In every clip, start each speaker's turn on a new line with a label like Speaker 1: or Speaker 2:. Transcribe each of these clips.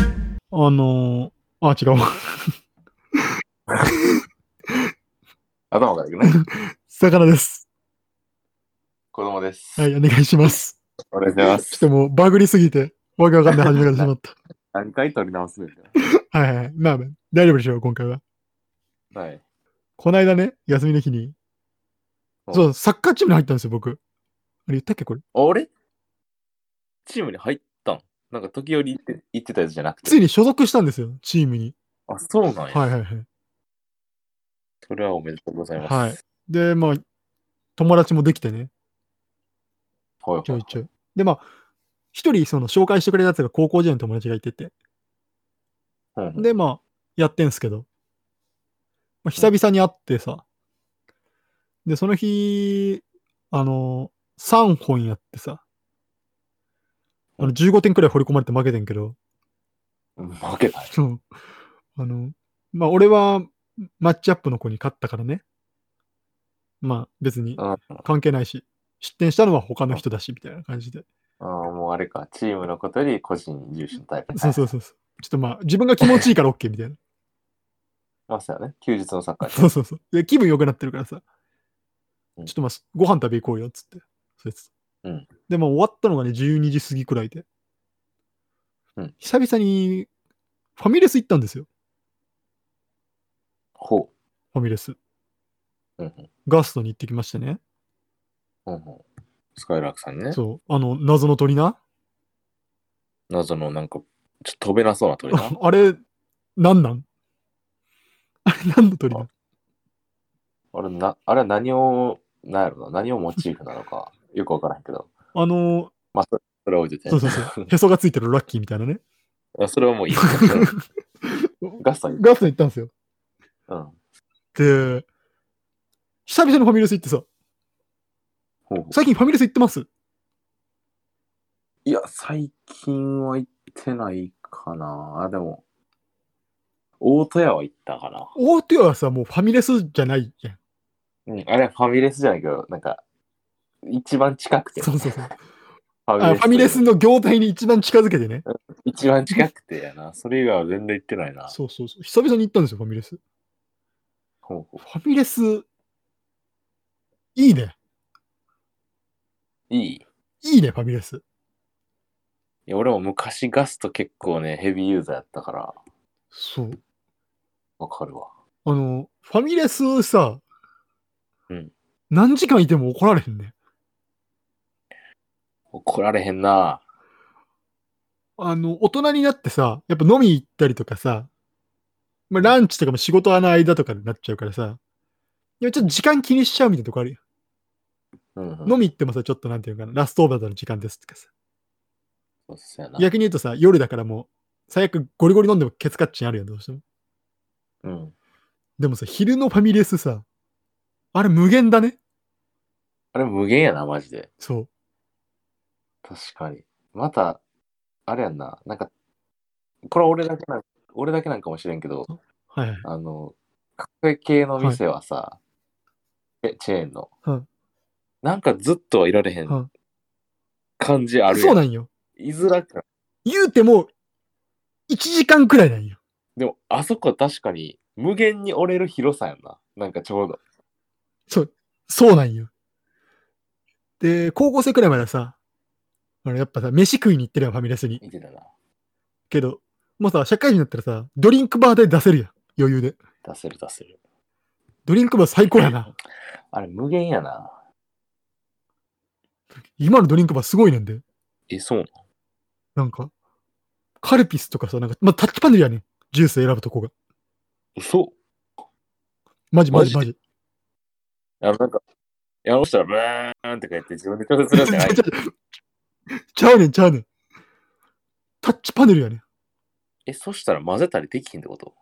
Speaker 1: あのー、あ、違うわ。
Speaker 2: 頭からいくね。
Speaker 1: 魚です。
Speaker 2: 子供です。
Speaker 1: はい、お願いします。
Speaker 2: お願いします。
Speaker 1: ちょっともうバグりすぎて、わけわかんない始め方してしまっ
Speaker 2: 何回取り直すねんだよ。
Speaker 1: た。 はいはいはい。まあ、大丈夫でしょう、今回は。
Speaker 2: はい。
Speaker 1: こないだね、休みの日に。
Speaker 2: お
Speaker 1: そう、サッカーチームに入ったんですよ、僕。あれ言ったっけ、これ。
Speaker 2: あれチームに入ったんなんか時折言って言ってたやつじゃなくて。
Speaker 1: ついに所属したんですよ、チームに。
Speaker 2: あ、そうなんや。
Speaker 1: はいはいはい。
Speaker 2: それはおめでとうございます。
Speaker 1: はいで、まあ、友達もできてね、
Speaker 2: ほい
Speaker 1: ち
Speaker 2: ほ
Speaker 1: ょ
Speaker 2: い
Speaker 1: いちょい。で、まあ、一人、その、紹介してくれたやつが高校時代の友達がいてて。
Speaker 2: ほいほい
Speaker 1: で、まあ、やってんすけど、まあ、久々に会ってさ、で、その日、あの、3本やってさ、あの15点くらい掘り込まれて負けてんけど、
Speaker 2: うん負けた。
Speaker 1: そうあの、まあ、俺はマッチアップの子に勝ったからね、まあ、別に
Speaker 2: あ
Speaker 1: 関係ないし、失点したのは他の人だし、みたいな感じで。
Speaker 2: あ、もうあれか。チームのことより個人重視のタイプ。
Speaker 1: そうそうそうそう。ちょっとまあ、自分が気持ちいいから OK みたいな。
Speaker 2: まさよね。休日のサッカー
Speaker 1: そうそうそう。で、気分良くなってるからさ、
Speaker 2: うん
Speaker 1: ちょっとまあ、ご飯食べ行こうよっつって、そいつ。
Speaker 2: うん
Speaker 1: で、まあ、終わったのがね、12時過ぎくらいで。
Speaker 2: うん
Speaker 1: 久々に、ファミレス行ったんですよ、
Speaker 2: ほ
Speaker 1: ファミレス。
Speaker 2: う。うんうん
Speaker 1: ガストに行ってきましてね。
Speaker 2: うんうん。スカイラークさんね。
Speaker 1: そう、あの、謎の鳥な。
Speaker 2: 謎のなんか、ちょっと飛べなそうな鳥 な。
Speaker 1: あれ、なんなんあれ、なんの鳥な
Speaker 2: ああれな、あれは何を、なんやろな、何をモチーフなのか、よくわからへんけど。
Speaker 1: あの、
Speaker 2: まあ、そそれは置いといて。
Speaker 1: そうそう そう、へそがついてるラッキーみたいなね。
Speaker 2: あそれはも ういい。ガストに。
Speaker 1: ガストに行ったんですよ。
Speaker 2: うん。
Speaker 1: で、久々にファミレス行ってさ、
Speaker 2: ほうほう
Speaker 1: 最近ファミレス行ってます
Speaker 2: いや、最近は行ってないかな。あ、でも、大戸屋は行ったかな。
Speaker 1: 大手はさ、もうファミレスじゃないやん。
Speaker 2: うん、あれはファミレスじゃないけど、なんか、一番近くて。
Speaker 1: そうそうそう。
Speaker 2: フ
Speaker 1: あファミレス
Speaker 2: の。
Speaker 1: の業態に一番近づけてね。
Speaker 2: 一番近くてやな。それ以外は全然行ってないな。
Speaker 1: そうそうそう。久々に行ったんですよ、ファミレス。フ
Speaker 2: ほうほう
Speaker 1: ァミレス、いいね。
Speaker 2: いい。い
Speaker 1: いいね、ファミレス。
Speaker 2: や、俺も昔ガスト結構ね、ヘビーユーザーやったから、
Speaker 1: そう。
Speaker 2: わかるわ。
Speaker 1: あの、ファミレスさ、
Speaker 2: うん
Speaker 1: 何時間いても怒られへんね。
Speaker 2: 怒られへんな。
Speaker 1: あの、大人になってさ、やっぱ飲み行ったりとかさ、まあ、ランチとかも仕事の間とかになっちゃうからさ、いや、ちょっと時間気にしちゃうみたいなとこあるよ。
Speaker 2: うん、うん。
Speaker 1: 飲み行ってもさ、ちょっとなんていうのかな、ラストオーバーの時間ですとかさ。
Speaker 2: そうっすよな。
Speaker 1: 逆に言うとさ、夜だからもう、最悪ゴリゴリ飲んでもケツカッチンあるやん、どうしても。
Speaker 2: うん。
Speaker 1: でもさ、昼のファミレスさ、あれ無限だね。
Speaker 2: あれ無限やな、マジで。
Speaker 1: そう。
Speaker 2: 確かに。また、あれやんな、なんか、これは俺だけなん、俺だけなんかもしれんけど、
Speaker 1: はいはい。
Speaker 2: あの、カフェ系の店はさ、えチェーンの、
Speaker 1: うん
Speaker 2: なんかずっとはいられへ
Speaker 1: うんん
Speaker 2: 感じある
Speaker 1: そ
Speaker 2: や。
Speaker 1: うんなんよ。
Speaker 2: いづらくない
Speaker 1: 言うても、1時間くらいなんよ。
Speaker 2: でも、あそこは確かに、無限に折れる広さやんな。なんかちょうど。
Speaker 1: そうなんよ。で、高校生くらいまではさ、あのやっぱさ、飯食いに行ってるやん、ファミレスに。
Speaker 2: 見てたな。
Speaker 1: けど、もうさ、社会人になったらさ、ドリンクバーで出せるやん。余裕で。
Speaker 2: 出せる出せる。
Speaker 1: ドリンクバー最高やな。
Speaker 2: あれ無限やな。
Speaker 1: 今のドリンクバーすごいねんで。
Speaker 2: え、そう
Speaker 1: なんか、カルピスとかさ、なんか、まあ、タッチパネルやねん。ジュース選ぶとこが。
Speaker 2: 嘘
Speaker 1: マジマ
Speaker 2: マ
Speaker 1: ジ
Speaker 2: ジ
Speaker 1: マジ。
Speaker 2: あの、なんか、やろうしたらブーンってか言って自分で調節するんじゃない
Speaker 1: ちゃうねん、ちゃうねん。タッチパネルやねん。い
Speaker 2: え、そしたら混ぜたりできひんってこと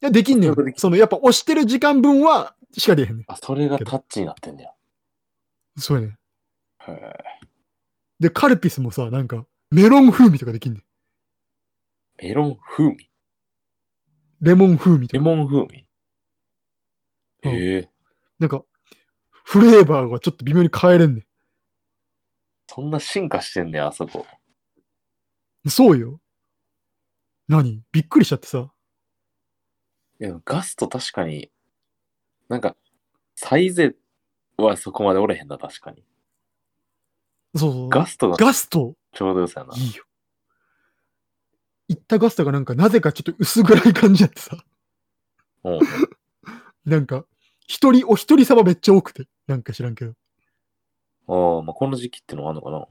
Speaker 1: や、できんねん
Speaker 2: そういうことで。き
Speaker 1: その、やっぱ押してる時間分は、しか出えへんね
Speaker 2: あ、それがタッチになってんだよ。
Speaker 1: ん。そうやねん。
Speaker 2: へえ
Speaker 1: で、カルピスもさ、なんか、メロン風味とかできんねん。
Speaker 2: メロン風味
Speaker 1: レモン風味と
Speaker 2: レ
Speaker 1: か。
Speaker 2: モン風味
Speaker 1: うん
Speaker 2: へえ
Speaker 1: なんか、フレーバーがちょっと微妙に変えれんね
Speaker 2: そんな進化してんねや、あそこ。
Speaker 1: ん。そうよ。何びっくりしちゃってさ。
Speaker 2: いや、ガスト確かに、なんか、サイゼはそこまでおれへんな、確かに。
Speaker 1: そうそう。
Speaker 2: ガストが
Speaker 1: ガスト
Speaker 2: ちょうどよさやな。
Speaker 1: いいよ。行ったガストがなんか、なぜかちょっと薄暗い感じやってさ。
Speaker 2: うん。
Speaker 1: なんか、一人、お一人様めっちゃ多くて。なんか知らんけど。
Speaker 2: ああ、まあ、この時期ってのはあんのかな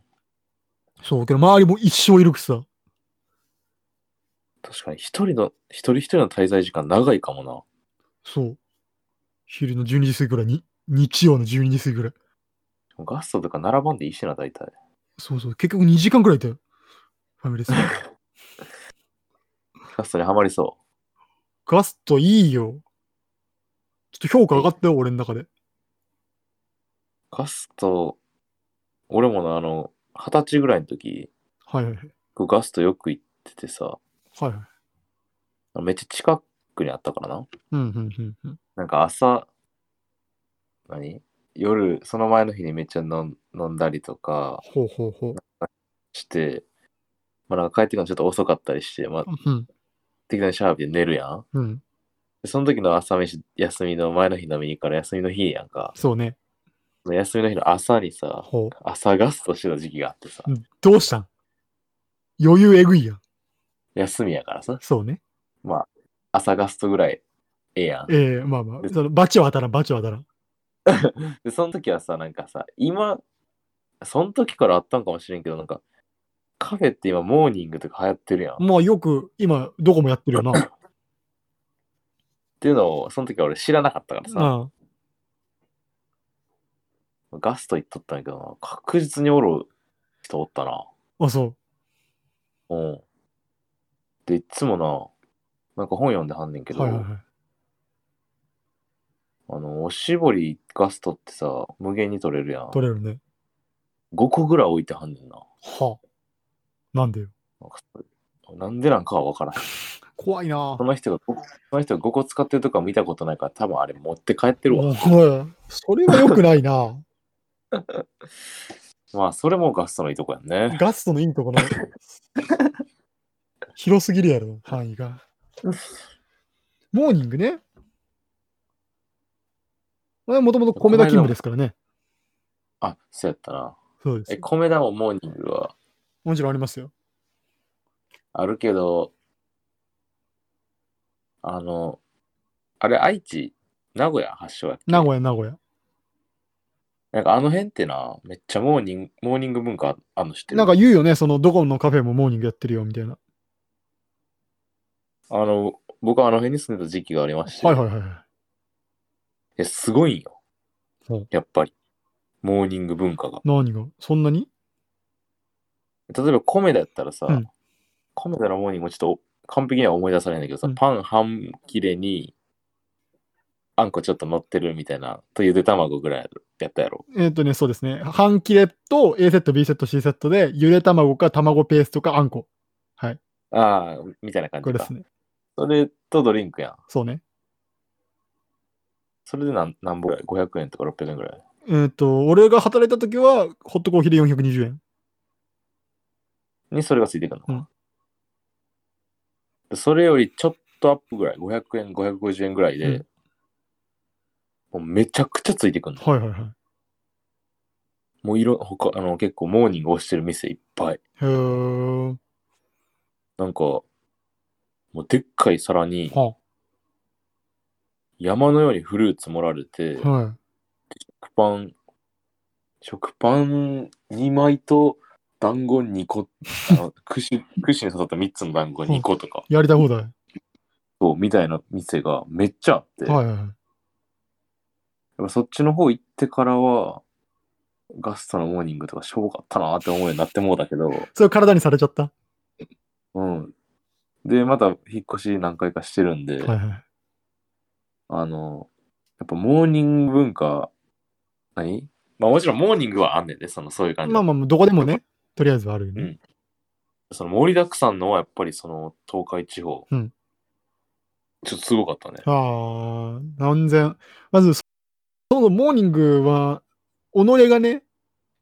Speaker 1: そう、けど周りも一生いるくさ。
Speaker 2: 確かに、一人の、一人一人の滞在時間長いかもな。
Speaker 1: そう。昼の12時過ぎぐらいに、日曜の12時過ぎぐらい。
Speaker 2: ガストとか並ばんでいいしな、大体。
Speaker 1: そうそう。結局2時間ぐらいだよ。ファ ミレス。
Speaker 2: ガストにはまりそ
Speaker 1: ガストいいよ。ちょっと評価上がったよ、俺の中で。
Speaker 2: う。ガスト、俺もな、あの、二十歳ぐらいの時、
Speaker 1: はいはいはい。
Speaker 2: こうガストよく行っててさ、
Speaker 1: はいはい。
Speaker 2: めっちゃ近くにあったからな。
Speaker 1: うんうんうんうん。
Speaker 2: なんか朝、何夜、その前の日にめっちゃ飲ん飲んだりとか
Speaker 1: ほうほうほう。
Speaker 2: して、まあ、なんか帰ってくるのちょっと遅かったりして、まあ、
Speaker 1: うん
Speaker 2: 適当にシャープで寝るやん。
Speaker 1: うん。
Speaker 2: でその時の朝飯、休みの前の日飲みに行くから休みの日やんか。
Speaker 1: そうね。
Speaker 2: その休みの日の朝にさ、
Speaker 1: ほ
Speaker 2: 朝ガストしてた時期があってさ、
Speaker 1: う。どうしたん余裕えぐいやん。
Speaker 2: 休みやからさ、
Speaker 1: そうね。
Speaker 2: 朝ガストぐらいええやん。
Speaker 1: ええまあまあ。そのバチは当たらん、バチは当たらん。
Speaker 2: で、その時はさ、なんかさ、今、その時からあったんかもしれんけど、なんか、カフェって今、モーニングとか流行ってるやん。
Speaker 1: まあよく、今、どこもやってるよな。
Speaker 2: っていうのを、その時は俺知らなかったからさ、
Speaker 1: あ
Speaker 2: ガスト行っとったんやけどな、確実におる人おったな。
Speaker 1: あ、あそう。
Speaker 2: うん。で、いっつもな、なんか本読んではんねんけど、
Speaker 1: はいはいはい。
Speaker 2: あの、おしぼりガストってさ、無限に取れるやん。
Speaker 1: 取れるね。
Speaker 2: 5個ぐらい置いてはんねんな。
Speaker 1: はあ。なんでよ。
Speaker 2: なんかそれなんでなんかは分からん。
Speaker 1: 怖いな
Speaker 2: その人が、その人が5個使ってるとか見たことないから、多分あれ持って帰ってるわ。
Speaker 1: おいそれは良くないな
Speaker 2: まあ、それもガストのいいとこやんね。
Speaker 1: ガストのいいと こない。広すぎるやろ、範囲が。モーニングね。もともと米田勤務ですからね。
Speaker 2: あ、そうやったな。
Speaker 1: そうです
Speaker 2: え、
Speaker 1: よ。
Speaker 2: 米田もモーニングは
Speaker 1: もちろんありますよ。
Speaker 2: あるけど、あの、あれ、愛知、名古屋発祥やっけ
Speaker 1: 名古屋、名古屋。
Speaker 2: なんかあの辺ってな、めっちゃモーニング、モーニング文化あんの知ってる
Speaker 1: なんか言うよね、そのどこのカフェもモーニングやってるよみたいな。
Speaker 2: あの、僕はあの辺に住んでた時期がありまして、
Speaker 1: はいはいはいはい。
Speaker 2: えすごいんよ
Speaker 1: うん。
Speaker 2: やっぱり。モーニング文化が。
Speaker 1: 何がそんなに
Speaker 2: 例えば、米田やったらさ、
Speaker 1: うん
Speaker 2: 米田のモーニングもちょっと完璧には思い出さないんだけどさ、
Speaker 1: うん
Speaker 2: パン半切れに、あんこちょっと乗ってるみたいな、とゆで卵ぐらいやったやろ。
Speaker 1: えっ、とね、そうですね。半切れと A セット、B セット、C セットで、ゆで卵か卵ペーストかあんこ。
Speaker 2: ああ、みたいな感
Speaker 1: こ
Speaker 2: じ
Speaker 1: れで
Speaker 2: か
Speaker 1: す。ね。
Speaker 2: それとドリンクやん。
Speaker 1: そうね。
Speaker 2: それでなんなんぼぐらい ?500 円とか600円ぐらい。
Speaker 1: えっ、と、俺が働いた時は、ホットコーヒーで420円。
Speaker 2: にそれがついてくるのかな、
Speaker 1: うん
Speaker 2: でそれよりちょっとアップぐらい、500円、550円ぐらいで、
Speaker 1: うん
Speaker 2: もうめちゃくちゃついてくるの。
Speaker 1: はいはいはい。
Speaker 2: もういろ、他、あの、結構モーニングをしてる店いっぱい。
Speaker 1: へー。
Speaker 2: なんか、もうでっかい皿に
Speaker 1: は
Speaker 2: 山のようにフルーツ盛られて、
Speaker 1: あ、は
Speaker 2: 食パン、食パン2枚と団子2個、あの、串、串に刺さった3つの団子2個とか、
Speaker 1: い。やりたい放題。は
Speaker 2: そう、みたいな店がめっちゃあって、
Speaker 1: いはいはい。
Speaker 2: やっぱそっちの方行ってからは、ガストのモーニングとかしょぼかったなーって思うようになってもうだけど、
Speaker 1: それ体にされちゃった。は
Speaker 2: うん。で、また引っ越し何回かしてるんで、
Speaker 1: いはい。
Speaker 2: あの、やっぱモーニング文化、何まあもちろんモーニングはあんねんで、その、そういう感じ。
Speaker 1: まあまあまあ、どこでもね、とりあえずはあるよ
Speaker 2: うん
Speaker 1: ね。
Speaker 2: その盛りだくさんのはやっぱりその東海地方、
Speaker 1: うん
Speaker 2: ちょっとすごかったね。
Speaker 1: ああ、何千。まず、そそのモーニングは、己がね、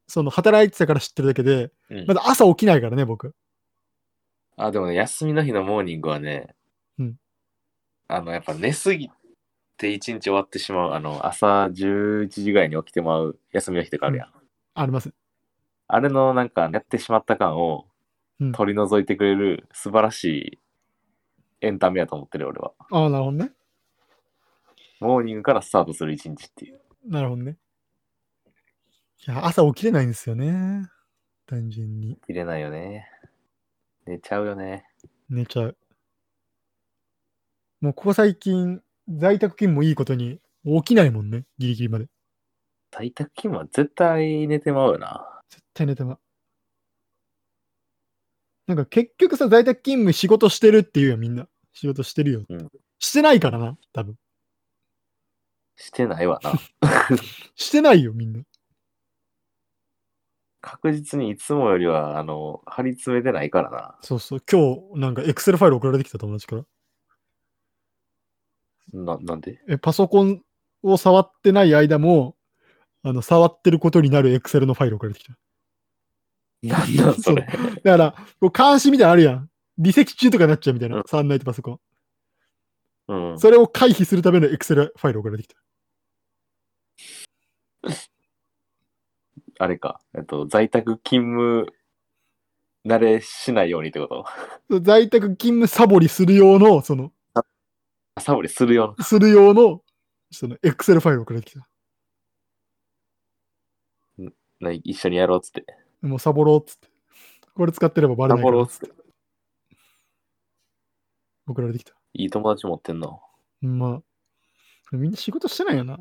Speaker 1: その働いてたから知ってるだけで、
Speaker 2: うん
Speaker 1: まだ朝起きないからね、僕。
Speaker 2: あ、でもね、休みの日のモーニングはね、
Speaker 1: うん
Speaker 2: あの、やっぱ寝すぎて一日終わってしまう、あの、朝11時ぐらいに起きてまう休みの日とかあるやん。
Speaker 1: あります。
Speaker 2: あれのなんか、やってしまった感を
Speaker 1: うん
Speaker 2: 取り除いてくれる素晴らしいエンタメやと思ってる、俺は。
Speaker 1: ああ、なるほどね。
Speaker 2: モーニングからスタートする一日っていう。
Speaker 1: なるほどね。いや、朝起きれないんですよね。単純に。
Speaker 2: 入れないよね。寝ちゃうよね。
Speaker 1: 寝ちゃう。もうここ最近、在宅勤務もいいことに、起きないもんね。ギリギリまで。
Speaker 2: 在宅勤務は絶対寝てまうよな。
Speaker 1: 絶対寝てまう。なんか結局さ、在宅勤務仕事してるって言うよ、みんな。仕事してるよ。
Speaker 2: うん
Speaker 1: してないからな、多分。
Speaker 2: してない わな。
Speaker 1: してないよ、みんな。
Speaker 2: 確実にいつもよりは、あの、張り詰めてないからな。
Speaker 1: そうそう。今日、なんか Excel ファイル送られてきた友達から。
Speaker 2: な、なんで
Speaker 1: え、パソコンを触ってない間も、あの、触ってることになる Excel のファイル送られてきた。
Speaker 2: なんなんそれ。
Speaker 1: だから、こう監視みたいなのあるやん。離席中とかになっちゃうみたいな
Speaker 2: うん。
Speaker 1: 触んないとパソコン。
Speaker 2: うん。
Speaker 1: それを回避するための Excel ファイル送られてきた。
Speaker 2: あれか。えっと、在宅勤務慣れしないようにってこと
Speaker 1: そう在宅勤務サボりする用の、その、
Speaker 2: 朝掘りするよ
Speaker 1: する用の、その Excel ファイル送られてきた。
Speaker 2: な。な一緒にやろうっつって。
Speaker 1: もうサボろうっつって。これ使ってればバレ
Speaker 2: サ
Speaker 1: ないか
Speaker 2: ボろう
Speaker 1: ら
Speaker 2: っつって。
Speaker 1: 送られてきた。
Speaker 2: いい友達持ってんの。
Speaker 1: まあ、みんな仕事してないよな。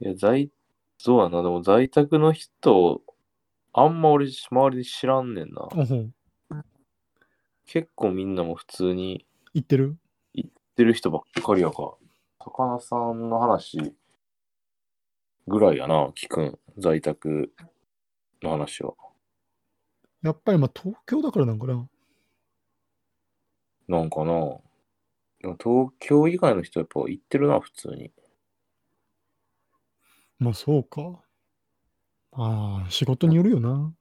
Speaker 2: いや、在、そうやな。でも在宅の人、あんま俺、周りで知らんねんな。
Speaker 1: うんうん、
Speaker 2: 結構みんなも普通に
Speaker 1: 言ってる
Speaker 2: 知ってる人ばっかりやから。高菜さんの話ぐらいやな、聞くん。在宅の話は。
Speaker 1: やっぱりまあ東京だからなんかな。
Speaker 2: なんかな。でも東京以外の人やっぱ行ってるな、普通に。
Speaker 1: まあそうか。ああ、仕事によるよな。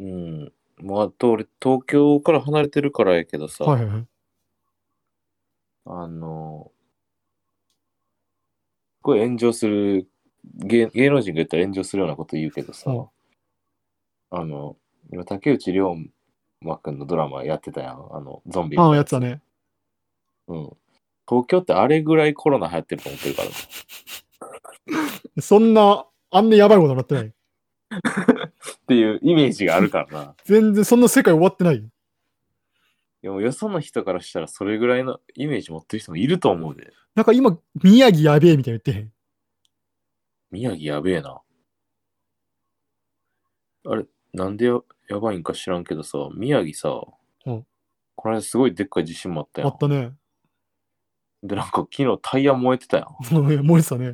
Speaker 2: うん。まあ、あと俺、東京から離れてるからやけどさ、
Speaker 1: はいはいはい。
Speaker 2: あの、すごい炎上する芸、芸能人が言ったら炎上するようなこと言うけどさ、
Speaker 1: うん
Speaker 2: あの、今、竹内涼真くんのドラマやってたやん、あの、ゾンビ。
Speaker 1: ああ、やつだね。
Speaker 2: うん。東京ってあれぐらいコロナ流行ってると思ってるから。
Speaker 1: そんな、あんなやばいことになってない。
Speaker 2: っていうイメージがあるからな。
Speaker 1: 全然そんな世界終わってないよ。
Speaker 2: でもよその人からしたらそれぐらいのイメージ持ってる人もいると思うで。
Speaker 1: なんか今、宮城やべえみたいな言ってへん。
Speaker 2: 宮城やべえな。あれ、なんでややばいんか知らんけどさ、宮城さ、
Speaker 1: うん
Speaker 2: この間すごいでっかい地震もあったや
Speaker 1: あ
Speaker 2: ん。
Speaker 1: ったね。
Speaker 2: で、なんか昨日タイヤ燃えてたや
Speaker 1: そうね森さんね。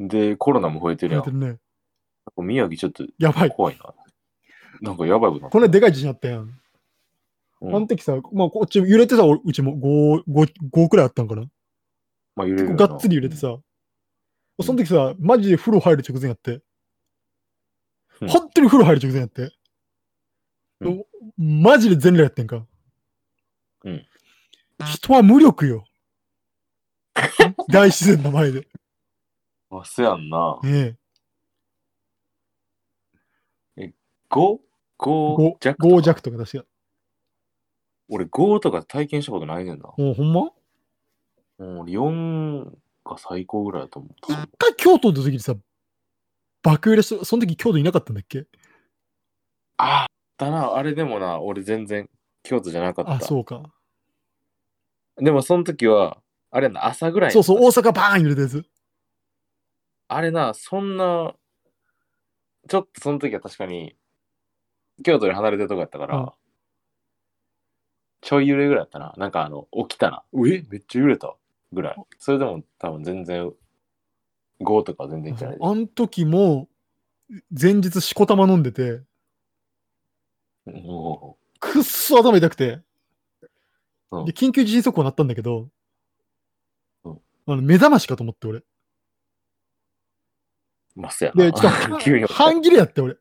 Speaker 2: ん。で、コロナも増えてるや
Speaker 1: や
Speaker 2: ん
Speaker 1: って。るね。
Speaker 2: 宮城ちょっと
Speaker 1: やばい。
Speaker 2: 怖いな。なんかやばいことなって
Speaker 1: こ
Speaker 2: る
Speaker 1: れでかい地震あったやん。
Speaker 2: う
Speaker 1: あ
Speaker 2: ん
Speaker 1: の時さ、まあこっち揺れてさ、おうちも5、5、5くらいあったんかな。
Speaker 2: まあ、揺れる
Speaker 1: 結
Speaker 2: よ
Speaker 1: 構が
Speaker 2: な
Speaker 1: っつり揺れてさ。その時さ、マジで風呂入る直前やって。
Speaker 2: うん
Speaker 1: 本当に風呂入る直前やって。
Speaker 2: うん
Speaker 1: マジで全裸やってんか。
Speaker 2: うん
Speaker 1: 人は無力よ。 大自然の前で。
Speaker 2: あ、そやんな。
Speaker 1: ねえ。
Speaker 2: 5?5
Speaker 1: 5
Speaker 2: 弱とか
Speaker 1: 5弱とか確か。
Speaker 2: 俺5とか体験したことないねんな。
Speaker 1: もうほんま
Speaker 2: うん、俺4が最高ぐらいだと思
Speaker 1: 一
Speaker 2: う。
Speaker 1: 回京都の時にさ、爆揺れして、その時京都いなかったんだっけ
Speaker 2: あだな、あれでもな、俺全然京都じゃなかった。
Speaker 1: あ、そうか。
Speaker 2: でもその時は、あれやな、朝ぐらい。
Speaker 1: そうそう、大阪バーン揺れたやつ。
Speaker 2: あれな、そんな、ちょっとその時は確かに、京都より離れてるとこやったから、
Speaker 1: うん
Speaker 2: ちょい揺れぐらいだったな。なんかあの、起きたな。えめっちゃ揺れたぐらい。それでも多分全然、5とかは全然いってない。
Speaker 1: あの時も、前日しこたま飲んでて、
Speaker 2: も
Speaker 1: くっそ頭痛くて、
Speaker 2: うん
Speaker 1: で、緊急地震速報なったんだけど、
Speaker 2: うん
Speaker 1: あの目覚ましかと思って俺。
Speaker 2: う、まあ、そやな。
Speaker 1: で、ちょっと
Speaker 2: 急に起きた
Speaker 1: 半切れやって俺。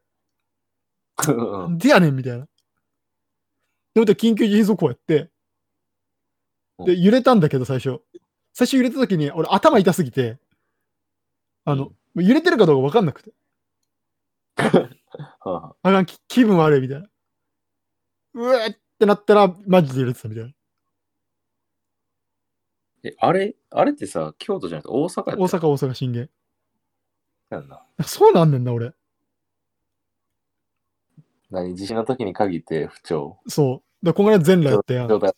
Speaker 2: うん
Speaker 1: でやねんみたいな。で、また緊急地震速報やって、
Speaker 2: う
Speaker 1: で、揺れたんだけど、最初。最初揺れた時に、俺頭痛すぎて、あの、揺れてるかどうか分かんなくて。
Speaker 2: は
Speaker 1: あかん、き気分悪いみたいな。うえーってなったら、マジで揺れてたみたい な。
Speaker 2: いえあれ、あれってさ、京都じゃなくて大阪や
Speaker 1: 大阪、大阪、震源。
Speaker 2: 阪なんだ。
Speaker 1: そうなんねんな、俺。
Speaker 2: 何地震の時に限って不調
Speaker 1: そう。だからこんぐらい全裸やったやん
Speaker 2: 状。態。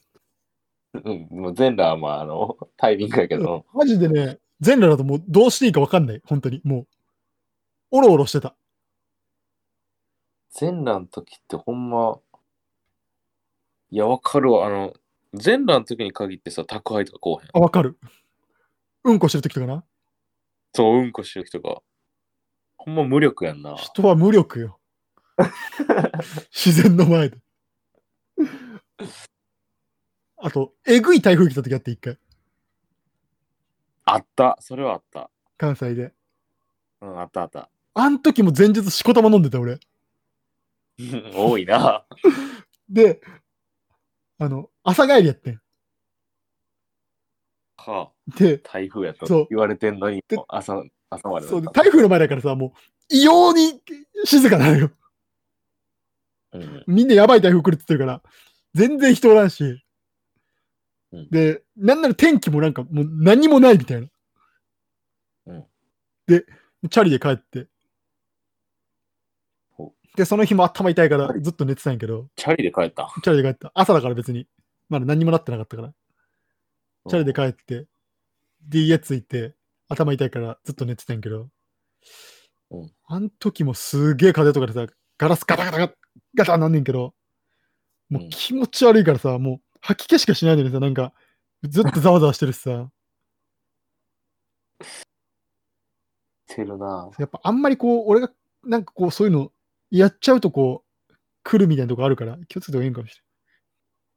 Speaker 2: うん、もう全裸はまあ、あの、タイミングやけど、
Speaker 1: マジでね、全裸だともうどうしていいか分かんない。本当に。もう。おろおろしてた。
Speaker 2: 全裸の時ってほんま、いや、わかるわ。あの、全裸の時に限ってさ、宅配とかこうへん。
Speaker 1: あ、分かる。うんこしてる時とかな。
Speaker 2: そう、うんこしてる人が。ほんま無力やんな。
Speaker 1: 人は無力よ。自然の前で。あと、えぐい台風来た時あって、一回。
Speaker 2: あった。それはあった。
Speaker 1: 関西で。
Speaker 2: うん、あったあった。
Speaker 1: あん時も前日しこたま飲んでた、俺。
Speaker 2: 多いな。
Speaker 1: で、あの、朝帰りやってん。
Speaker 2: はあ、
Speaker 1: で、
Speaker 2: 台風や
Speaker 1: そう
Speaker 2: と言われてんのに
Speaker 1: で、
Speaker 2: 朝、朝までだ
Speaker 1: そう
Speaker 2: っ
Speaker 1: で
Speaker 2: た。
Speaker 1: 台風の前だからさ、もう、異様に静かなのよ。
Speaker 2: うん
Speaker 1: みんなやばい台風来るって言ってるから、全然人おらんし。
Speaker 2: うん
Speaker 1: で、なんなら天気もなんかもう何もないみたいな。
Speaker 2: うん
Speaker 1: で、チャリで帰って
Speaker 2: ほ。
Speaker 1: で、その日も頭痛いから
Speaker 2: は
Speaker 1: ずっと寝てたんやけど、
Speaker 2: チャリで帰った。
Speaker 1: チャリで帰った。朝だから別に。まだ何にもなってなかったから。チャリで帰
Speaker 2: っ
Speaker 1: って、で、家着いて、頭痛いからずっと寝てたんやけど、
Speaker 2: うん
Speaker 1: あん時もすげえ風とかでさ、ガラスガタガタガタガタなんねんけど、もううん気持ち悪いからさ、もう吐き気しかしないのにさ、なんか、ずっとざわざわしてるしさ、
Speaker 2: てるな。
Speaker 1: やっぱあんまりこう、俺がなんかこう、そういうのやっちゃうとこう、来るみたいなとこあるから、気をつけた方がいいんかもし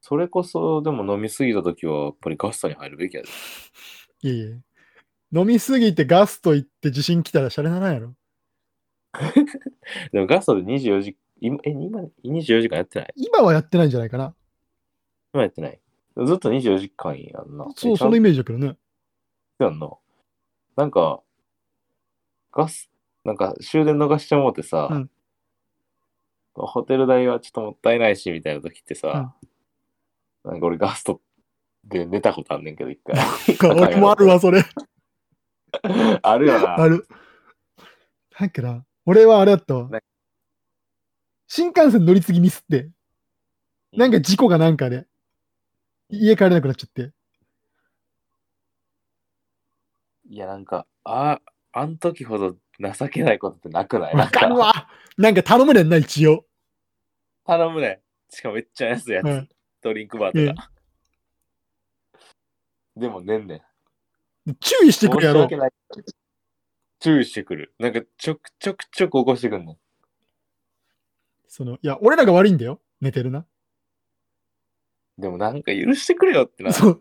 Speaker 2: それこそ、でも飲みすぎた時は、やっぱりガスタに入るべきやで。
Speaker 1: れん。いやいや。飲みすぎてガスと言って地震来たらシャレならんやろ。
Speaker 2: でもガスタで24時、今、え、今、24時間やってない
Speaker 1: 今はやってないんじゃないかな。
Speaker 2: 今やってないずっと24時間やんな。
Speaker 1: そう、
Speaker 2: えちゃ
Speaker 1: そ
Speaker 2: ん
Speaker 1: の
Speaker 2: と
Speaker 1: イメージだけどね。
Speaker 2: やんな。なんか、ガス、なんか終電逃しちゃもうてさ、
Speaker 1: うん
Speaker 2: ホテル代はちょっともったいないし、みたいな時ってさ、なんか俺ガストで寝たことあんねんけど、一回。
Speaker 1: 俺もあるわ、それ。
Speaker 2: あるよな。
Speaker 1: ある。なんかな、俺はあれやったわ
Speaker 2: な。
Speaker 1: 新幹線乗り継ぎミスって、なんか事故がなんかで、家帰れなくなっちゃって。
Speaker 2: いや、なんか、あ、あん時ほど情けないことってなくないな
Speaker 1: わ
Speaker 2: ん
Speaker 1: かる
Speaker 2: か、
Speaker 1: わなんか頼むねんな、一応。
Speaker 2: 頼むね。しかもめっちゃ安いやつ。
Speaker 1: うん
Speaker 2: ドリンクバーとか。でもねんねん。
Speaker 1: 注意してくれやろ
Speaker 2: 申し。訳ない注意してくる。なんかちょくちょくちょく起こしてくんの。
Speaker 1: その、いや、俺らが悪いんだよ。寝てるな。
Speaker 2: でもなんか許してくれよってな。
Speaker 1: そう。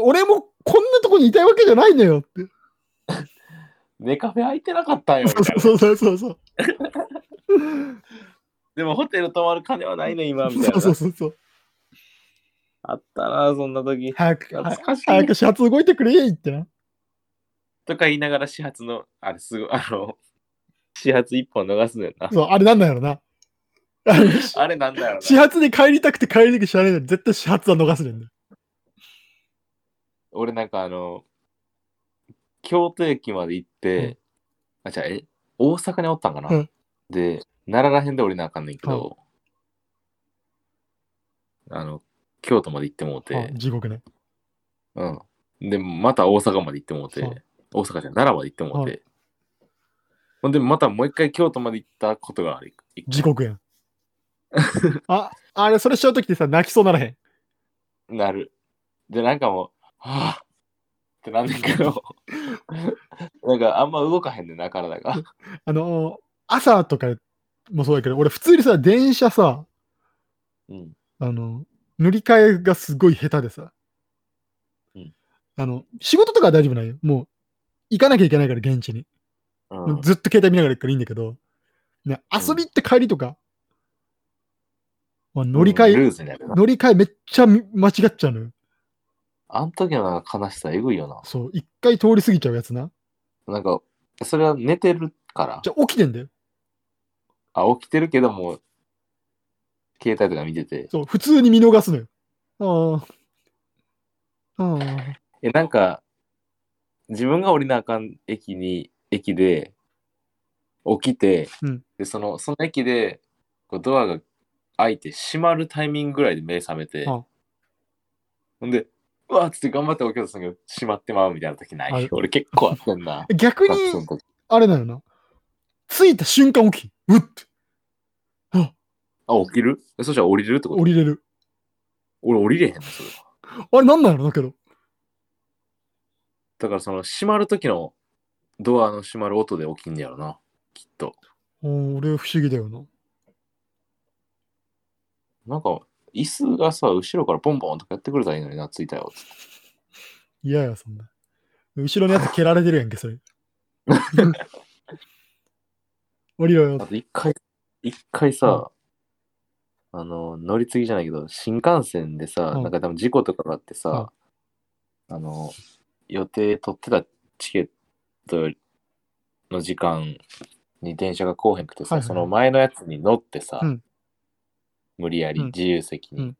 Speaker 1: 俺もこんなとこにいたいわけじゃないんだよって。
Speaker 2: 寝カフェ空いてなかったんよみ
Speaker 1: そう
Speaker 2: たいな。
Speaker 1: そうそうそうそう。
Speaker 2: でもホテル泊まる金はないねん今みたい
Speaker 1: そうそう
Speaker 2: な。
Speaker 1: そうそう。
Speaker 2: あったなそんな時。
Speaker 1: 早く、
Speaker 2: 懐かしい。
Speaker 1: 早く始発動いてくれってな。
Speaker 2: とか言いながら始発の、あれすごい、あの、始発一本逃すのよな。
Speaker 1: そう、あれなんなんやろ な。あれ
Speaker 2: あれなんだよ
Speaker 1: 始
Speaker 2: な。
Speaker 1: 発に帰りたくて帰りたくて知らないのに、絶対始発は逃すねんだよ。
Speaker 2: 俺なんかあの、京都駅まで行って、
Speaker 1: うん
Speaker 2: あ、じゃあ、え、大阪におったんかな、
Speaker 1: うん
Speaker 2: で、奈良らへんで降りなあかんねんけど、あの、京都まで行ってもうて、
Speaker 1: あ地獄ね。
Speaker 2: うん。で、また大阪まで行ってもうて、
Speaker 1: はい
Speaker 2: 大阪じゃない奈良まで行ってもうて、ほんで、またもう一回京都まで行ったことがある。一回
Speaker 1: 地獄 やん。あ、あれ、それしちゃうときってさ、泣きそうならへん。
Speaker 2: なる。で、なんかもう、はぁってなんねんけど、なんかあんま動かへんねんな、体が。
Speaker 1: あのー、朝とかもそうやけど、俺普通にさ、電車さ、
Speaker 2: うん。
Speaker 1: あの、乗り換えがすごい下手でさ、
Speaker 2: うん
Speaker 1: あの、仕事とかは大丈夫なんよ。もう、行かなきゃいけないから、現地に。
Speaker 2: うん
Speaker 1: ずっと携帯見ながら行くからいいんだけど、ね、遊びって帰りとか、まあ乗り換え、
Speaker 2: ルーズになるな。
Speaker 1: 乗り換えめっちゃみ間違っちゃうのよ。
Speaker 2: あの時の悲しさえぐいよな。
Speaker 1: そう、一回通り過ぎちゃうやつな。
Speaker 2: なんか、それは寝てるから
Speaker 1: じ。ゃあ起きてんだよ。
Speaker 2: あ、起きてるけども、携帯とか見てて。
Speaker 1: そう、普通に見逃すのよ。ああ。ああ。
Speaker 2: え、なんか、自分が降りなあかん駅に、駅で、起きて、
Speaker 1: うん
Speaker 2: で、その、その駅で、こうドアが開いて閉まるタイミングぐらいで目覚めて、
Speaker 1: は
Speaker 2: ほんで、うわーっつって頑張って起きようとするけど、閉まってまうみたいな時な
Speaker 1: あ
Speaker 2: い
Speaker 1: る。。
Speaker 2: 俺結構あってんな
Speaker 1: 逆に、
Speaker 2: 学生の時
Speaker 1: あれなのな。着いた瞬間起き。うっって
Speaker 2: あ、起きるえそしたら降りれるってこと
Speaker 1: 降りれる。
Speaker 2: 俺降りれへんの、それは。
Speaker 1: あれなんなんやろだけど。
Speaker 2: だからその閉まる時のドアの閉まる音で起きんねやろな。きっと。
Speaker 1: うん俺不思議だよな。
Speaker 2: なんか、椅子がさ、後ろからポンポンとかやってくれたらいいのにな、ついたよ。
Speaker 1: 嫌やそんな。後ろのやつ蹴られてるやんけ、それ。降りろ
Speaker 2: あ
Speaker 1: よ。
Speaker 2: と一回、一回さ、あの、乗り継ぎじゃないけど、新幹線でさ、
Speaker 1: うん
Speaker 2: なんか多分事故とかがあってさ、あの、予定取ってたチケットの時間に電車が来おへんくてさ、
Speaker 1: はいはいはい
Speaker 2: その前のやつに乗ってさ、
Speaker 1: うん
Speaker 2: 無理や
Speaker 1: う
Speaker 2: り
Speaker 1: ん
Speaker 2: 自由席に。
Speaker 1: うん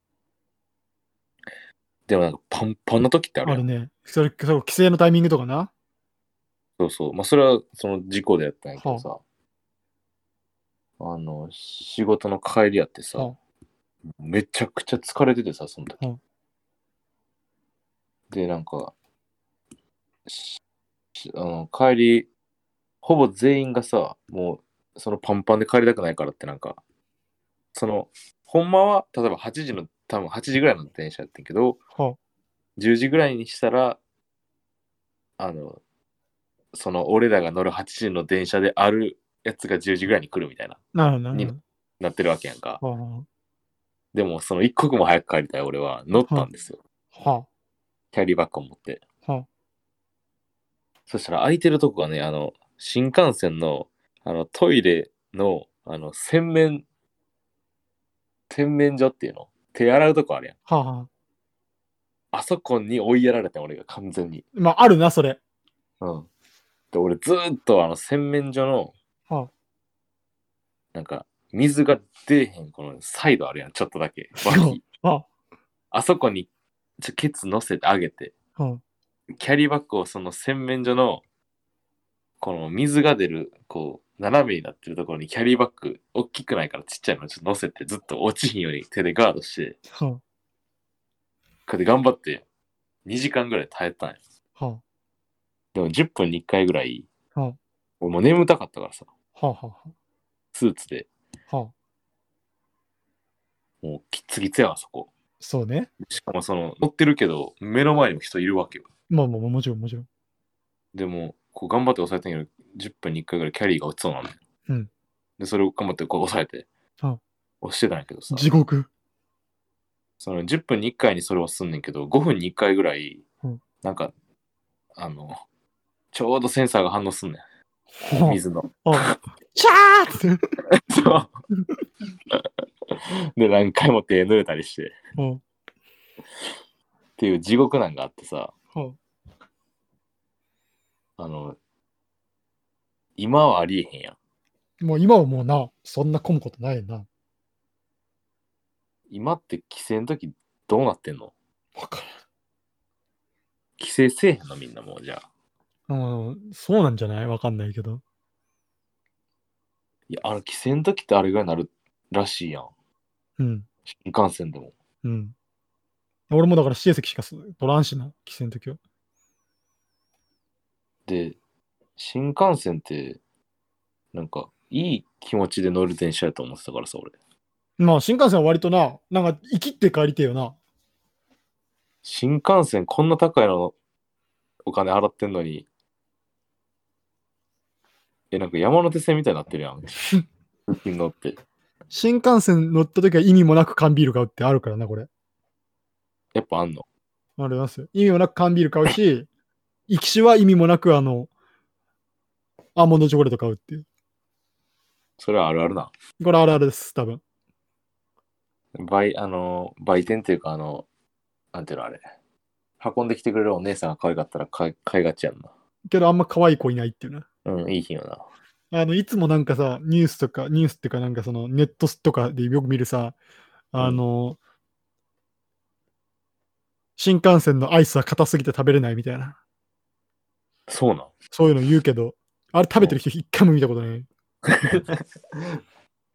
Speaker 2: でもなんかパンパンの時ってあ
Speaker 1: あ
Speaker 2: るやん
Speaker 1: れね。それ、それ規制のタイミングとかな。
Speaker 2: そうそう。まあ、それはその事故でやったんやけどさ。あの、仕事の帰りやってさ
Speaker 1: は、
Speaker 2: めちゃくちゃ疲れててさ、その時。
Speaker 1: は
Speaker 2: で、なんか、ししあの帰り、ほぼ全員がさ、もう、そのパンパンで帰りたくないからって、なんか、その、ほんまは、例えば8時の、多分8時ぐらいの電車やってんけど、
Speaker 1: は
Speaker 2: 10時ぐらいにしたら、あの、その俺らが乗る8時の電車であるやつが10時ぐらいに来るみたいな、
Speaker 1: なるなる
Speaker 2: に
Speaker 1: なる
Speaker 2: なってるわけやんか。
Speaker 1: ほど。
Speaker 2: でも、その一刻も早く帰りたい俺は乗ったんですよ。
Speaker 1: はあ、は
Speaker 2: キャリーバッグを持って。
Speaker 1: あ、は
Speaker 2: そしたら空いてるとこがね、あの、新幹線の、あの、トイレの、あの、洗面、洗面所っていうの手洗うとこあるやん。
Speaker 1: あ、はあ、はあ。
Speaker 2: あそこに追いやられて俺が完全に。
Speaker 1: まあ、あるな、それ。
Speaker 2: うん。で、俺ずーっとあの洗面所の、
Speaker 1: は
Speaker 2: なんか、水が出えへん、このサイドあるやん、ちょっとだけ。脇
Speaker 1: あ、 は
Speaker 2: あそこに、ちょ、ケツ乗せてあげて、
Speaker 1: あ、は
Speaker 2: キャリーバッグをその洗面所の、この水が出る、こう、斜めになってるところにキャリーバッグ、大きくないからちっちゃいのちょっと乗せて、ずっと落ちひんように手でガードして、
Speaker 1: あ、は
Speaker 2: これで頑張って、2時間ぐらい耐えたんや。
Speaker 1: あ、は
Speaker 2: でも10分に1回ぐらい、
Speaker 1: あ、は
Speaker 2: 俺もう眠たかったからさ、
Speaker 1: あ、はあ、は
Speaker 2: スーツで、
Speaker 1: あ、はあ。
Speaker 2: もうキッツキツやわ、そこ。
Speaker 1: そうね。
Speaker 2: しかもその、乗ってるけど、目の前にも人いるわけよ。
Speaker 1: まあまあまあ、もちろん、もちろん。
Speaker 2: でも、こう頑張って抑えてんけど、10分に1回ぐらいキャリーが落ちそうなんだよ。
Speaker 1: うん
Speaker 2: で、それを頑張ってこう抑えて
Speaker 1: うん、
Speaker 2: 押してたんやけどさ、
Speaker 1: 地獄。
Speaker 2: その10分に1回にそれはすんねんけど、5分に1回ぐらい
Speaker 1: うん、
Speaker 2: なんか、あの、ちょうどセンサーが反応すんねん。
Speaker 1: は
Speaker 2: 水の。
Speaker 1: あ、はあ。チャー って。
Speaker 2: そうで、何回も手濡れたりして、
Speaker 1: は
Speaker 2: っていう地獄なんがあってさ、
Speaker 1: あ、は
Speaker 2: あの、今はありえへんやん。
Speaker 1: あ。もう今はもうな、そんな混むことないよな。
Speaker 2: 今って帰省の時どうなってんの
Speaker 1: わか
Speaker 2: 帰省せえへんのみんなもうじゃあ。
Speaker 1: らん。うん、そうなんじゃないわかんないけど。
Speaker 2: いや、あの、帰省の時ってあれぐらいになるらしいやん。
Speaker 1: うん、
Speaker 2: 新幹線でも。
Speaker 1: うん。俺もだから指定席しかす取らんしな、帰省の時は。
Speaker 2: で、新幹線って、なんか、いい気持ちで乗る電車やと思ってたからさ、俺。
Speaker 1: まあ、新幹線は割とな、なんか、生きて帰りてえよな。
Speaker 2: 新幹線こんな高いのお金払ってんのに。え、なんか山手線みたいになってるやん。通勤乗って。
Speaker 1: 新幹線乗った時は意味もなく缶ビール買うってあるからな、これ。
Speaker 2: やっぱあんの
Speaker 1: ありますよ。意味もなく缶ビール買うし、 行きしは意味もなく、あの、アーモンドチョコレート買うっていう。
Speaker 2: それはあるあるな。
Speaker 1: これあるあるです、多分。
Speaker 2: 売、あの、売店っていうか、あの、なんていうのあれ。運んできてくれるお姉さんが可愛かったら買い買いがちやんな。
Speaker 1: けどあんま可愛い子いないっていうね。
Speaker 2: うん、いい日よな。
Speaker 1: あの、いつもなんかさ、ニュースとか、ニュースっていうかなんかそのネットとかでよく見るさ、あの、新幹線のアイスは硬すぎて食べれないみたいな、
Speaker 2: そうなん。
Speaker 1: そういうの言うけど、あれ食べてる人一回も見たことない。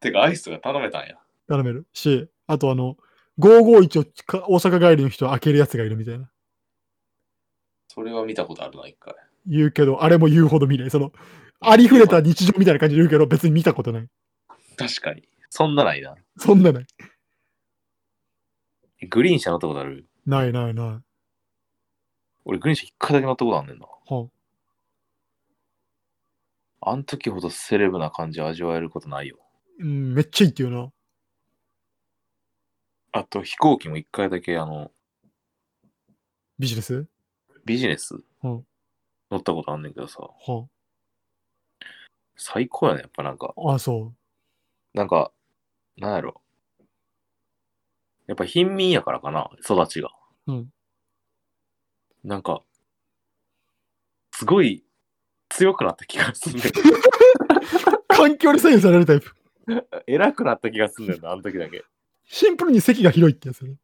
Speaker 2: てか、アイスが頼めたんや。
Speaker 1: 頼めるし、あとあの、551をか大阪帰りの人は開けるやつがいるみたいな。
Speaker 2: それは見たことあるな、一回。
Speaker 1: 言うけど、あれも言うほど見ない。その、ありふれた日常みたいな感じで言うけど、別に見たことない。
Speaker 2: 確かに。そんなないな。
Speaker 1: そんなない。
Speaker 2: グリーン車乗ったことある
Speaker 1: ないないない。
Speaker 2: 俺、グリーン車一回だけ乗ったことあんねんな。
Speaker 1: は
Speaker 2: あん時ほどセレブな感じを味わえることないよ。
Speaker 1: うん、めっちゃいいっていうな。
Speaker 2: あと、飛行機も一回だけ、あの、
Speaker 1: ビジネス
Speaker 2: ビジネス、
Speaker 1: うん
Speaker 2: 乗ったことあんねんけどさ、
Speaker 1: は
Speaker 2: 最高やね。やっぱなんか、
Speaker 1: あ、あ、そ
Speaker 2: なんか、なんやろ。やっぱ貧民やからかな、育ちが。
Speaker 1: う。うん。
Speaker 2: なんか、すごい強くなった気がすんねん。
Speaker 1: 環境に左右されるタイプ。
Speaker 2: 偉くなった気がすんねんな、あの時だけ。
Speaker 1: シンプルに席が広いってやつね。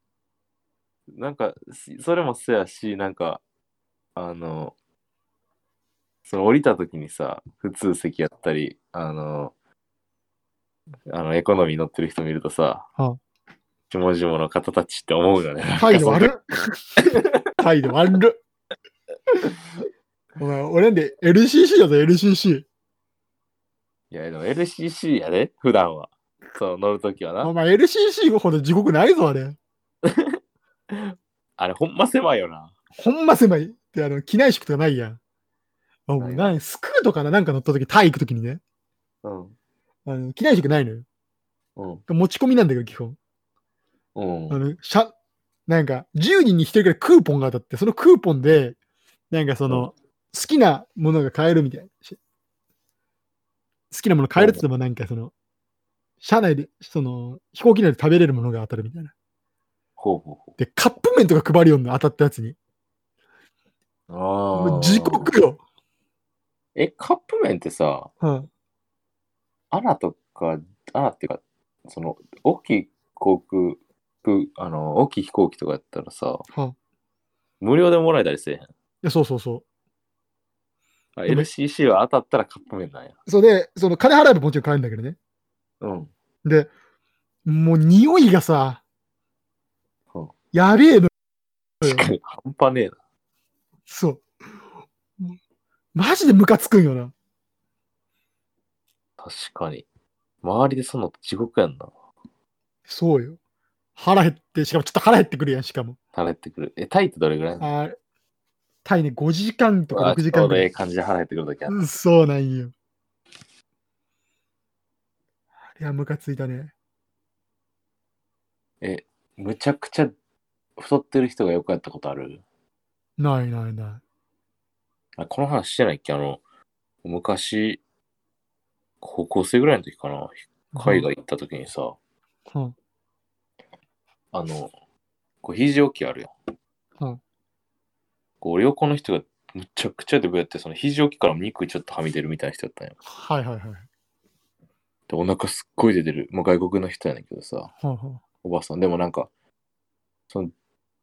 Speaker 2: なんか、しそれもそうやし、なんか、あの、その降りた時にさ、普通席やったり、あの、あの、エコノミー乗ってる人見るとさ、
Speaker 1: は
Speaker 2: ジモジモの方たちって思うよね。
Speaker 1: 態度悪
Speaker 2: い
Speaker 1: っ。 態度悪っ。お前、俺なんで LCC だぞ、LCC。
Speaker 2: いや、でも LCC やで、普段は。そう、乗るときは
Speaker 1: お
Speaker 2: な。
Speaker 1: 前、LCC ほど地獄ないぞ、あれ。
Speaker 2: あれ、ほんま狭いよな。
Speaker 1: ほんま狭い。で、あの、機内宿とかないやん。あお前、
Speaker 2: な
Speaker 1: なんスクートかななんか乗った時、タイ行く時にね。
Speaker 2: うん。
Speaker 1: あの機内宿ないのよ。
Speaker 2: うん。
Speaker 1: 持ち込みなんだけど、基本。
Speaker 2: うん。
Speaker 1: あの、しゃ、なんか、10人に1人からいクーポンが当たって、そのクーポンで、なんかその、好きなものが買えるみたいな。し好きなもの買えるって言っても、なんかその、車内で、その、飛行機内で食べれるものが当たるみたいな。
Speaker 2: ほうほうほ
Speaker 1: で、カップ麺とか配るような当たったやつに。
Speaker 2: う。あ
Speaker 1: も
Speaker 2: あ。
Speaker 1: う地獄よ。
Speaker 2: え、カップ麺ってさ、
Speaker 1: うん。
Speaker 2: アナとか、アナっていうか、その、大きい航空、空あの、大きい飛行機とかやったらさ、
Speaker 1: はい
Speaker 2: 無料でもらえたりせえへん。
Speaker 1: いやそうそうそう。
Speaker 2: あ
Speaker 1: でも
Speaker 2: LCC は当たったらカップ麺なんや。
Speaker 1: それで、その金払えばもちろん買えるんだけどね。
Speaker 2: うん。
Speaker 1: で、もう匂いがさ
Speaker 2: うん、
Speaker 1: やべえのよ。
Speaker 2: 半端ねえな。
Speaker 1: そう。もうマジでムカつくんよな。
Speaker 2: 確かに。周りでそんな地獄やんな。
Speaker 1: そうよ。腹減って、しかもちょっと腹減ってくるやん、しかも。
Speaker 2: 腹減ってくる。え、タイってどれぐらいなの
Speaker 1: あータイね、5時間とか
Speaker 2: あ
Speaker 1: 6時
Speaker 2: ちょ
Speaker 1: 間
Speaker 2: う
Speaker 1: ぐ
Speaker 2: ど
Speaker 1: ら
Speaker 2: ええ
Speaker 1: い。
Speaker 2: 感じで腹減ってくるときある
Speaker 1: うんそうなんよ。あれはムカついたね。
Speaker 2: むちゃくちゃ太ってる人がよくやったことある。
Speaker 1: ないないな
Speaker 2: あこの話してないっけあの、昔、高校生ぐらいの時かな。
Speaker 1: い。
Speaker 2: 海外行った時にさ、
Speaker 1: うん。
Speaker 2: あの、こう肘置きあるよ。
Speaker 1: うん
Speaker 2: こう横の人がむちゃくちゃデブやって、その肘置きから肉ちょっとはみ出るみたいな人だったんよ。
Speaker 1: はいはいはい。
Speaker 2: で、お腹すっごい出てる。まあ、外国の人やねんけどさ、
Speaker 1: ほんほん
Speaker 2: おばあさん。でもなんか、その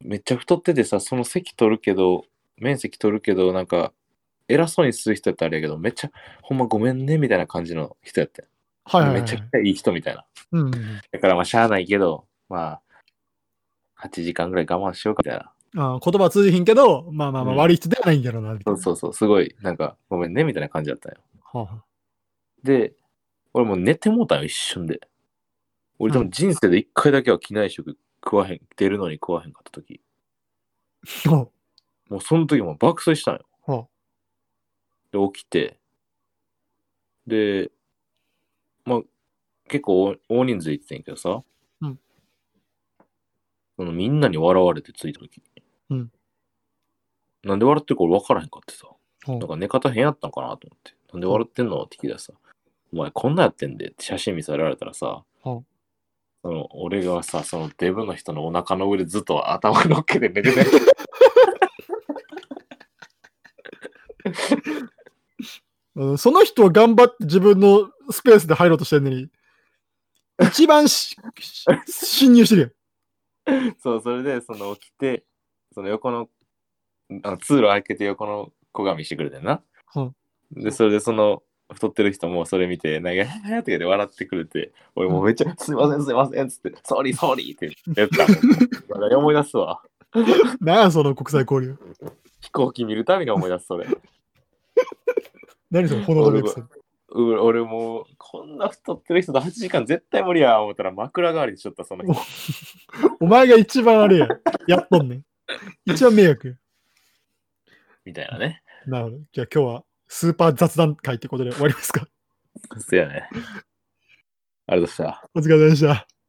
Speaker 2: めっちゃ太っててさ、その席取るけど、面積取るけど、なんか、偉そうにする人やったらあれやけど、めっちゃ、ほんまごめんね、みたいな感じの人やったよ
Speaker 1: はいはい
Speaker 2: め
Speaker 1: は
Speaker 2: ちゃ
Speaker 1: い
Speaker 2: く。ちゃいい人みたいな。
Speaker 1: うんうん
Speaker 2: だからまあ、しゃあないけど、まあ、8時間ぐらい我慢しようかみたいな。
Speaker 1: うん、あー言葉は通じひんけど、まあまあまあ
Speaker 2: うん
Speaker 1: 悪い人ではないんだろうな、みた
Speaker 2: そ
Speaker 1: いうな。
Speaker 2: そうそう、すごい、なんか、ごめんね、みたいな感じだったんよ。
Speaker 1: はあはあ
Speaker 2: で、俺もう寝てもうたんよ、一瞬で。俺でも人生で一回だけは機内食食わへん、出るのに食わへんかった時。
Speaker 1: は
Speaker 2: もうその時もう爆睡したんよ。
Speaker 1: あは
Speaker 2: で、起きて。で、まあ、結構大大人数行ってんけどさ。
Speaker 1: うん
Speaker 2: そのみんなに笑われて着いた時。
Speaker 1: うん
Speaker 2: なんで笑ってるか俺分からへんかってさ。
Speaker 1: あは
Speaker 2: なんか寝方変やったんかなと思って。なんで笑ってんのって聞いたらさ、お前こんなやってんでって写真見せられたらさ、
Speaker 1: うん
Speaker 2: その俺がさ、そのデブの人のお腹の上でずっと頭のっけて寝てて、
Speaker 1: うんその人は頑張って自分のスペースで入ろうとしてるのに、一番しし侵入してるやん。
Speaker 2: そう、それでその起きて、その横のあの通路開けて横の子が見してくれてんな。
Speaker 1: うん
Speaker 2: で、それでその太ってる人もそれ見て、なんか、はやって言って笑ってくれて、俺もうめっちゃ、すいません、すいませんっつって、ソーリー、ソーリーって言ってたもん。 まだ思い出すわ。
Speaker 1: なん やその国際交流。
Speaker 2: 飛行機見るたびに思い出す、それ。
Speaker 1: 何そのほのぼのエピソード
Speaker 2: う俺もうこんな太ってる人と8時間絶対無理や思ったら枕代わりにしちゃったその人
Speaker 1: お前が一番あれや。やっとんねん。一番迷惑や。
Speaker 2: みたいなね。
Speaker 1: なるほど。じゃあ今日はスーパー雑談会ってことで終わりますか。
Speaker 2: そうやね。ありがとうございました。
Speaker 1: お疲れ様でした。